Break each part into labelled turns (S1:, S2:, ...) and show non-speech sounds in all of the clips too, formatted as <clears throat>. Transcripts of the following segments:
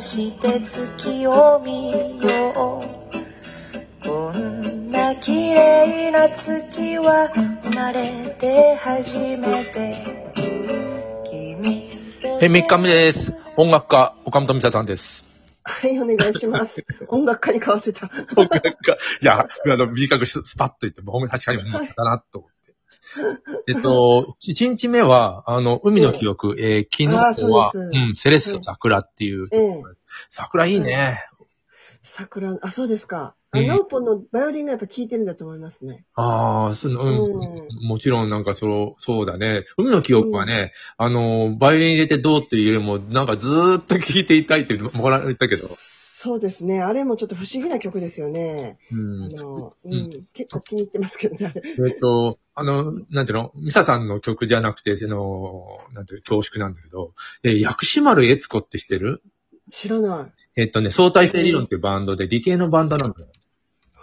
S1: して月を見ようこんな綺麗な月は生まれて初めて君と
S2: ヘミッカミです。音楽家、岡本美沙さんです。
S3: はい、お願い
S2: <laughs>
S3: します。音楽家に買わせた。
S2: 音楽家、いや、あの、短くススパッと言って、もう確かに音楽家だな、と思 <laughs> って。えっと、1日目は、あの、海の記憶、えー、キノコは、
S3: あーそう
S2: う
S3: です
S2: ん、セレッソ桜っていう、
S3: ええ。
S2: 桜いいね。
S3: 桜、あ、そうですか。あ
S2: ええ
S3: ナオポンのバイオリンがやっぱ聴いてるんだと思いますね。
S2: ああ、その、うんもちろんなんかそう、そうだね。海の記憶はね、あの、バイオリン入れてどうっていうよりも、なんかずーっと聴いていたいってもらったけど。
S3: そうですね。あれもちょっと不思議な曲ですよね。
S2: うん
S3: あ。の、
S2: う
S3: うんん、結構気に入ってますけどね、あれ。
S2: えっと、あの、なんていうのミサさんの曲じゃなくて、その、なんていう恐縮なんだけど、え、薬師丸悦子って知ってる
S3: 知らない。
S2: えっとね、相対性理論っていうバンドで、理系のバンドなんだよ。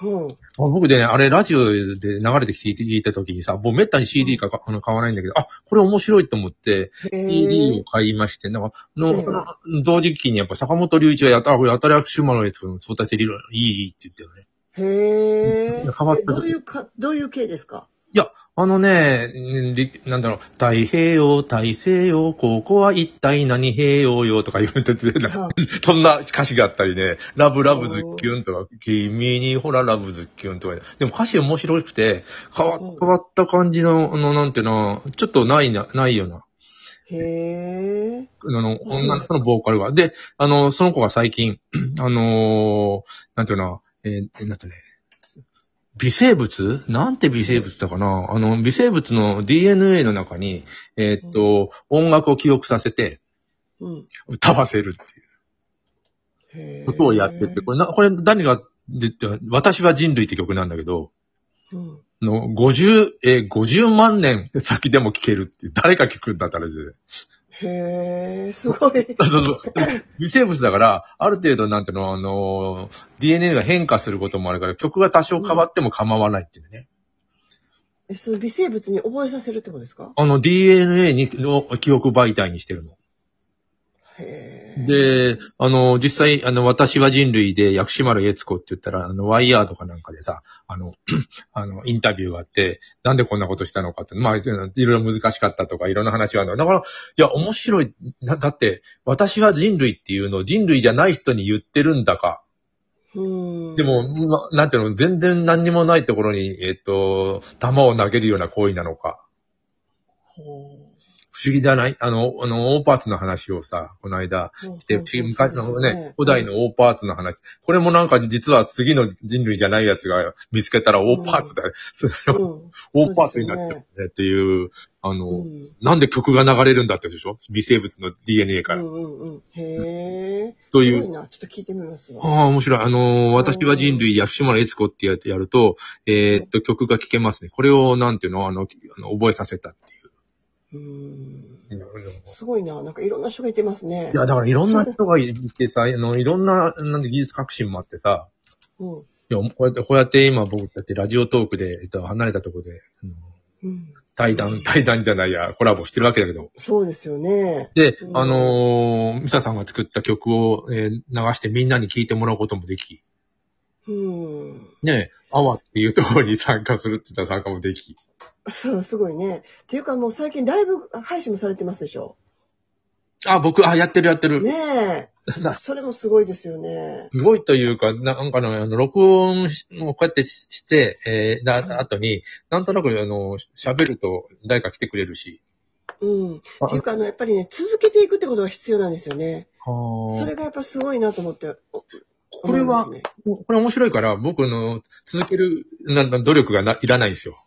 S3: うん。
S2: あ僕でね、あれラジオで流れてきて聞いた時にさ、もうめったに CD かあの買わないんだけど、あ、これ面白いと思って、
S3: え
S2: CD を買いまして、なんか、の、
S3: うん
S2: あの同時期にやっぱ坂本龍一はやった、あ、これ新しい丸悦子の相対性理論、いい、いいって言ってるね。
S3: へえ。
S2: 変わった
S3: えどういうか、どういう系ですか
S2: あのね、んりなんだろう、太平洋、大西洋、ここは一体何平洋よとか言うてて、 <laughs> なんか
S3: あ
S2: そんな歌詞があったりね、ラブラブズッキュンとか、君にほらラブズッキュンとか、でも歌詞面白くて、変わ
S3: うん
S2: 変わった感じの、あの、なんていうの、ちょっとないな、ないような、
S3: へえ。
S2: あの、女の人のボーカルが。で、あの、その子が最近、 <clears throat> あのーなんていうの、えーなんてね、微生物なんて微生物だかなあの、微生物の DNA の中に、えーっと、音楽を記憶させて、
S3: うん。
S2: 歌わせるっていう
S3: へえ。
S2: ことをやってて、これな、これ誰が出て、私は人類って曲なんだけど、
S3: うん。
S2: あの、50、えー、50万年先でも聴けるっていう、誰が聴くんだったらしい
S3: へえ、すご
S2: <laughs>
S3: い。
S2: その微生物だから、ある程度なんていうの、あの、DNA が変化することもあるから、曲が多少変わっても構わないっていうね。
S3: え、その微生物に覚えさせるってことですか
S2: あの DNA にの記憶媒体にしてるの。
S3: へえ。、
S2: で、あの、実際、あの、私は人類で薬師丸悦子って言ったら、あの、ワイヤードかなんかでさ、あの、 <clears throat> あの、インタビューがあって、なんでこんなことしたのかって、まあ、いろいろ難しかったとか、いろんな話があるの。だから、いや、面白い。なだって、私は人類っていうのを人類じゃない人に言ってるんだか、
S3: うん。
S2: でも、ななんていうの、全然何にもないところに、えっ、と、弾を投げるような行為なのか。
S3: ほう、
S2: 不思議じゃないあの、あの、オーパーツの話をさ、この間、して、不思議、昔のね、古代のオーパーツの話。これもなんか実は次の人類じゃないやつが見つけたらオーパーツだよ。それを
S3: うん
S2: オーパーツになってるねっていう、あの、
S3: うん
S2: なんで曲が流れるんだってでしょ微生物の DNA から。
S3: うんうんうん。へえ。
S2: とい
S3: す
S2: う
S3: ごいな。ちょっと聞いてみます
S2: あ
S3: わ。
S2: あ、面白い。あのー私は人類、薬師丸悦子ってややると、えーっと、曲が聴けますね。これを、なんていうのあの、あの覚えさせたっていう
S3: ん。
S2: う。
S3: すごいな。なんかいろんな人がいてますね。
S2: いや、だからいろんな人がいてさ、あの、いろんな、なんて技術革新もあってさ、
S3: うん。
S2: いやこうやって、こうやって今僕だってラジオトークで、えっと、離れたところで、あの
S3: うん。
S2: 対談、対談じゃないや、コラボしてるわけだけど。
S3: そうですよね。
S2: で
S3: う、ん
S2: あのー、ミサさんが作った曲を、えー流してみんなに聴いてもらうこともでき、
S3: うん。
S2: ね、アワっていうところに参加するって言ったら参加もでき。
S3: そう、すごいね。っていうかもう最近ライブ配信もされてますでしょ。
S2: あ、僕、あ、やってるやってる。
S3: ねえ。そそれもすごいですよね。
S2: すごいというか、ななんかの、あの、録音しをこうやってしして、えー、な、後に、なんとなく、あの、喋ると誰か来てくれるし。
S3: うん。っ
S2: あ
S3: ていうかあの、やっぱりね、続けていくってことが必要なんですよね。そ
S2: そ
S3: れがやっぱすごいなと思って。お
S2: これは
S3: 思いますね
S2: これ面白いから、僕の、続ける、なんだ、努力がな、いらないんですよ。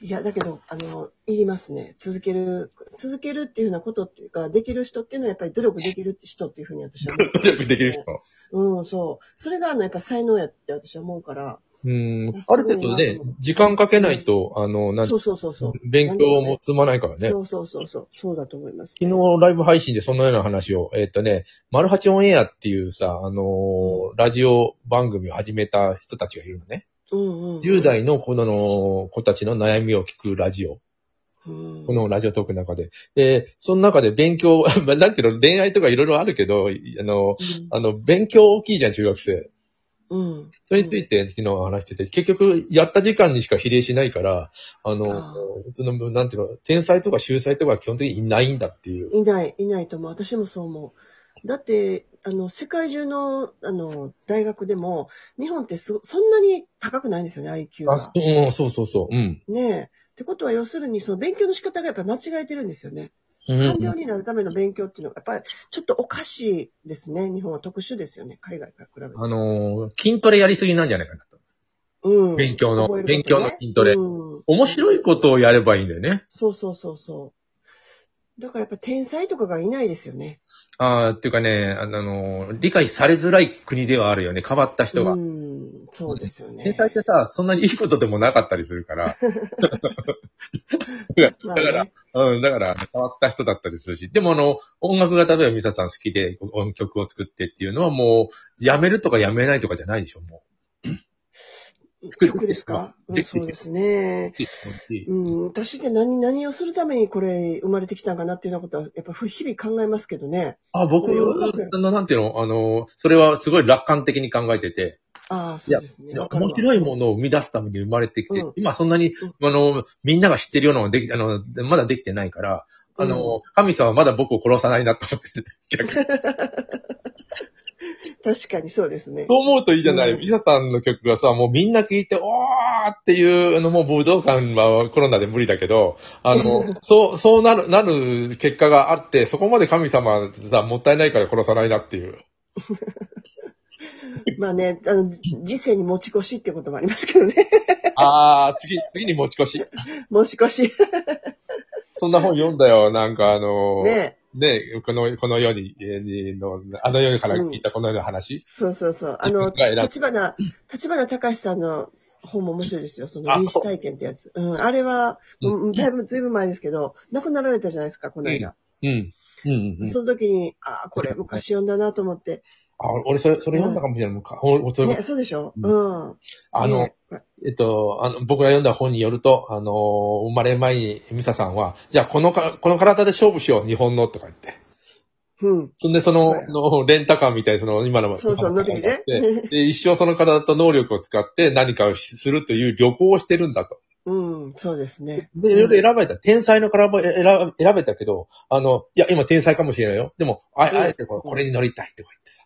S3: いや、だけど、あの、いりますね。続ける、続けるっていうふうなことっていうか、できる人っていうのはやっぱり努力できる人っていうふうに私は思って
S2: <laughs> <laughs> 努
S3: ます
S2: 力できる人。
S3: うん、そう。それが、あの、やっぱ才能やって私は思うから。
S2: うん。あ
S3: そう
S2: る程度ね
S3: そうな、
S2: 時間かけないと、あの、なん
S3: そうそうそうそう。
S2: 勉強も積まないからね。
S3: そうそうそうそう。そうだと思います。
S2: 昨日ライブ配信でそのような話を、えっ、とね、マルハチオンエアっていうさ、あのーラジオ番組を始めた人たちがいるのね。
S3: うんうん。
S2: 10代のこのの子たちの悩みを聞くラジオ。
S3: うん
S2: このラジオトークの中で。で、その中で勉強、 <laughs> まあなんていうの、恋愛とかいろいろあるけど、いあの、あの、勉強大きいじゃん、中学生。
S3: うん。うん
S2: それについて昨日話してて、結局、やった時間にしか比例しないから、あの、
S3: あ
S2: その、なんていうの、天才とか秀才とか基本的にいないんだっていう。
S3: いない、いないと思う。私もそう思う。だって、あの、世界中の、あの、大学でも、日本ってすごそんなに高くないんですよね、IQ
S2: あ、
S3: が
S2: そ。うん、そうそうそう。うん。
S3: ねえ。ってことは、要するに、その勉強の仕方がやっぱり間違えてるんですよね。
S2: うん
S3: 官僚になるための勉強っていうのが、やっぱりちょっとおかしいですね。日本は特殊ですよね。海外から比べて。
S2: あのー、筋トレやりすぎなんじゃないかなと。
S3: うん
S2: 勉強の
S3: 覚えること
S2: 勉強の筋トレ
S3: うん
S2: 面白いことをやればいいんだよね。
S3: そうそうそうそう。だからやっぱ天才とかがいないですよね。
S2: ああ、っていうかね、あのー、理解されづらい国ではあるよね。変わった人が
S3: う。ん、そうですよね
S2: 天。才ってさ、そんなにいいことでもなかったりする
S3: <laughs>
S2: から。
S3: ま
S2: だ
S3: あ
S2: から
S3: ね、
S2: うん、だから変わった人だったりするし。でもあの、音楽が例えばミサさん好きで音曲を作ってっていうのはもう、やめるとかやめないとかじゃないでしょ、も作る
S3: 曲ですか、う
S2: で
S3: ん、そうですね。
S2: う。
S3: うん、私って何、何をするためにこれ生まれてきたんかなっていうようなことは、やっぱ日々考えますけどね。
S2: あ、僕
S3: これ音楽、
S2: あのなんていうの、あの、それはすごい楽観的に考えてて。
S3: ああ、そうですね。わかるわ
S2: 面白いものを生み出すために生まれてきて、
S3: うん
S2: 今そんなに、あの、みんなが知ってるようなのができ、あの、まだできてないから、あの、神様はまだ僕を殺さないなと思っ
S3: <laughs>
S2: て、逆に。
S3: 確かにそうですね。
S2: そう思うといいじゃない。
S3: うん
S2: ミサさんの曲がさ、もうみんな聴いて、おーっていう、あの、もう武道館はコロナで無理だけど、あ
S3: <laughs>
S2: の、そう、そうなる、なる結果があって、そこまで神様はさ、もったいないから殺さないなって
S3: <laughs>
S2: いう。
S3: まあね、あの、時世に持ち越しってこともありますけどね。 <laughs>
S2: あー、次、次に持ち越し。
S3: 持ち越し。
S2: そんな本読んだよ、なんかあの、
S3: ね。
S2: ねえ、この、この世に、えーの、あの世から聞いたこのような話。
S3: そうそうそう。
S2: <laughs>
S3: あの、
S2: が偉い
S3: 立花、立花隆さんの本も面白いですよ。その
S2: あ
S3: 臨死体験ってやつ。うん。あれは、
S2: う
S3: うん、だいぶ、ずいぶん前ですけど、亡くなられたじゃないですか、この間。
S2: うん。うん、うん。
S3: その時に、ああ、これ昔読んだなと思って。
S2: あ、俺、それ、それ読んだかもしれない。か俺俺それ
S3: ね、そうでしょ
S2: う
S3: うん。
S2: あの、
S3: ね、
S2: えっと、あの、僕が読んだ本によると、あのー、生まれる前に、ミサさんは、じゃあ、このか、この体で勝負しよう、日本の、とか言って。
S3: うん。
S2: そんで、その、
S3: そうや
S2: のレンタカーみたいに、その、今の、
S3: そうそう、
S2: 今
S3: の
S2: の
S3: 時ね。
S2: でで一生その体と能力を使って何かをしするという旅行をしてるんだと。
S3: <laughs> うん、そうですね。
S2: で、いろいろ選ばれた。天才の体もえ選選べたけど、あの、いや、今天才かもしれないよ。でも、あ
S3: うん
S2: あえてこれこれに乗りたいとか言ってさ。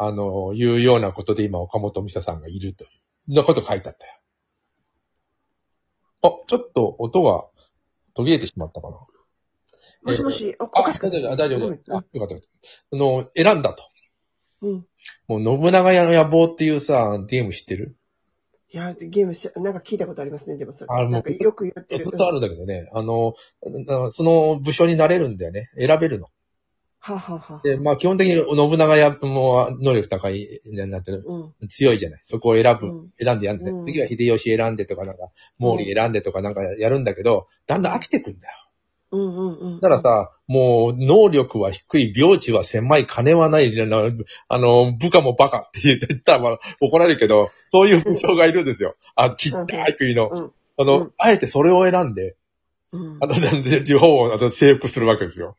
S2: あの、いうようなことで今、岡本美沙さんがいるという、のこと書いてあったよ。あ、ちょっと音が途切れてしまったかな。
S3: もしもし、おお
S2: あ、
S3: かしかった
S2: 大
S3: です
S2: 丈夫、大丈夫。
S3: ご
S2: あ
S3: め
S2: よか
S3: ん
S2: ったよかった。あの、選んだと。
S3: うん。
S2: もう、信長屋の野望っていうさ、ゲーム知ってる
S3: いや、ゲームし、なんか聞いたことありますね、でもそれ。
S2: あもう
S3: なんかよく言ってる。
S2: ずっとあるんだけどね、あの、あその武将になれるんだよね。選べるの。
S3: はあはあはあ
S2: で、まあ基本的に信長やも能力高い、なってる。
S3: うん。
S2: 強いじゃない。そこを選ぶ。
S3: うん
S2: 選んでやんで、
S3: うん
S2: 次は秀吉選んでとか、なんか、毛利選んでとかなんかやるんだけど、だんだん飽きてくんだよ。
S3: うんうんうん。
S2: だからさ、もう、能力は低い、領地は狭い、金はない、なあの、部下もバカって言ったら、まあ、怒られるけど、そういう武将がいるんですよ。あ、ちっちゃい国の。
S3: うん
S2: あ
S3: う
S2: の
S3: ん、
S2: あえてそれを選んで、
S3: うん
S2: あの、地方をあの征服するわけですよ。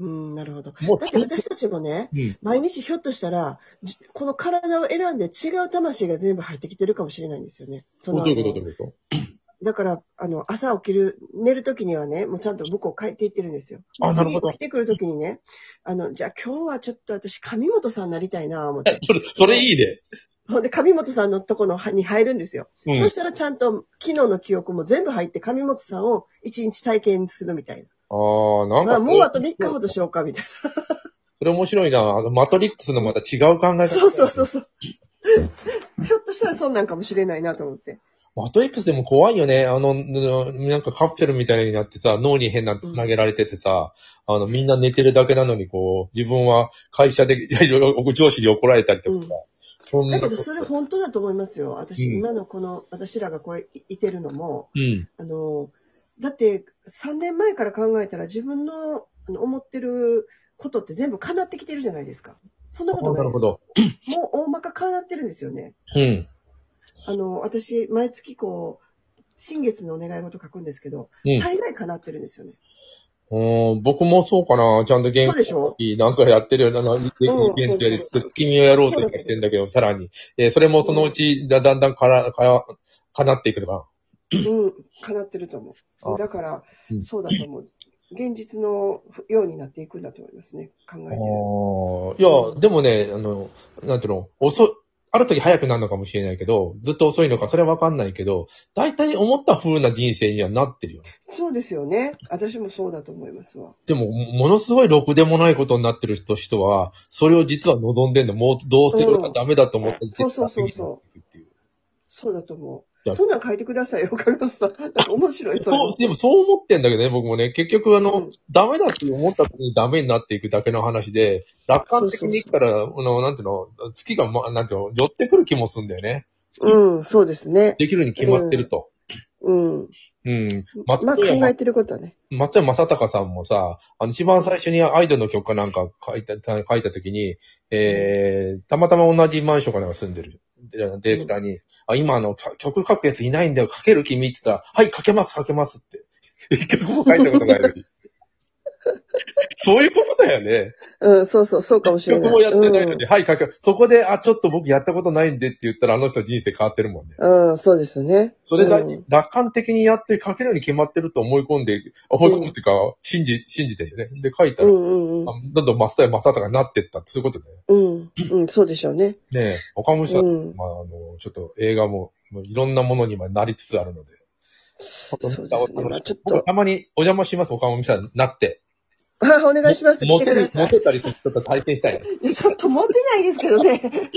S3: うん、なるほど。
S2: もう、
S3: だって私たちもね、
S2: うん
S3: 毎日ひょっとしたら、じこの体を選んで違う魂が全部入ってきてるかもしれないんですよね。そ
S2: ど
S3: の
S2: ういうことどういうこと
S3: だから、あの、朝起きる、寝るときにはね、もうちゃんと僕を変えていってるんですよ。
S2: あなる
S3: 次
S2: ほど
S3: 起きてくるときにね、あの、じゃあ今日はちょっと私、上本さんになりたいなぁ思って。
S2: それ、それいいね。
S3: ほんで、上本さんのとこのはに入るんですよ。
S2: うん
S3: そしたらちゃんと昨日の記憶も全部入って、上本さんを一日体験するみたい
S2: ああ、なんかそれ。
S3: な。まあ、もうあと3日ほどしようか、みたい
S2: それ面白いな。あの、マトリックスのまた違う考え方。
S3: な。そうそうそうそう。 <laughs> ひょっとしたらそうなんかもしれないなと思って。
S2: マトリックスでも怖いよね。あの、ぬなんかカプセルみたいになってさ、脳に変な繋げられててさ、あの、みんな寝てるだけなのに、こう、自分は会社で、いやいろいろ上司に怒られたりとかさ、そんなこ
S3: だけ
S2: と
S3: ど、それ本当だと思いますよ。私、
S2: うん
S3: 今のこの、私らがこれ、いいてるのも、
S2: うん。
S3: あの、だって、3年前から考えたら自分のあの思ってることって全部叶ってきてるじゃないですか。そんなこと
S2: あな
S3: ない
S2: る
S3: で
S2: ほ
S3: す。
S2: ど。
S3: もう大まか叶ってるんですよね。
S2: うん。
S3: あの、私、毎月こう、新月のお願い事書くんですけど、
S2: うん。
S3: 大概叶ってるんですよね。
S2: おー僕もそうかな。ちゃんと原
S3: そうでしょ
S2: なんかやってるような、意
S3: うん
S2: 見ってやりつつ、君をやろうとか言ってんだけど、さらに。えーそれもそのうち、だだんだんから、から、かなっていくのか
S3: うん、叶ってると思
S2: あ
S3: う。だから
S2: う、ん
S3: そうだと思う。現実のようになっていくんだと思いますね。考え
S2: な。
S3: てる。
S2: ああ。いや、でもね、あの、なんていうの、遅い、ある時早くなるのかもしれないけど、ずっと遅いのか、それはわかんないけど、大体思った風な人生にはなってるよね。
S3: そうですよね。私もそうだと思いますわ。
S2: でも、もものすごいろくでもないことになってる人人は、それを実は望んでんの、もうどうせ俺はダメだと思った時点で
S3: そうそうそ
S2: う
S3: う
S2: っていう。
S3: そうだと思
S2: じゃあ
S3: う。そんなん書いてくださいよ、岡村さん。なんか面白い、それ
S2: そう、でもそう思ってんだけどね、僕もね、結局あの、
S3: うん
S2: ダメだって思った時にダメになっていくだけの話で、楽観的にいったら、あの、なんていうの、月が、ま、なんていうの、寄ってくる気もするんだよね。
S3: うん、そうですね。
S2: できるに決まってると。
S3: うん。
S2: うん。
S3: まあ、
S2: 松
S3: 考
S2: 山
S3: えてることはね。
S2: 松山正隆さんもさ、あの、一番最初にアイドルの曲かなんか書いた、書いた時に、えー、たまたま同じマンションかなんか住んでる。でディレクターに、あ、今あの、か曲書くやついないんだよ、書ける君って言ったら、はい、書けます、書けますって。 <laughs> 一曲も書いたことないのに。 <laughs> そういうことだよね。
S3: うん、そうそう、そうかもしれ
S2: 曲
S3: ない。
S2: もやってないのに、はい、書け、そこで、あ、ちょっと僕やったことないんでって言ったら、あの人人生変わってるもんね。
S3: うん、うん、そうですよね。
S2: それだ、
S3: うん
S2: 楽観的にやって書けるように決まってると思い込んで、思い込むっていうか、信じ、信じてるよね。で、書いた
S3: う
S2: ら、
S3: んうんうん
S2: あどんどん真っ青真っ青とかになってったって、そういうことだよ
S3: うん。うん、そうでしょうね。
S2: ね。ねえ、岡本さん、
S3: うん
S2: まあ、あの、ちょっと映画も、もういろんなものに今なりつつあるので。
S3: そうですね。まあ、ちょっ
S2: 僕
S3: と。
S2: たまにお邪魔します、岡本さん、なって。
S3: <laughs> あ、お願いします。来
S2: モ
S3: て
S2: テ
S3: くだ
S2: る、
S3: さ
S2: モ
S3: い。
S2: テたりとか体験したいです。
S3: いやちょっとモテないですけどね。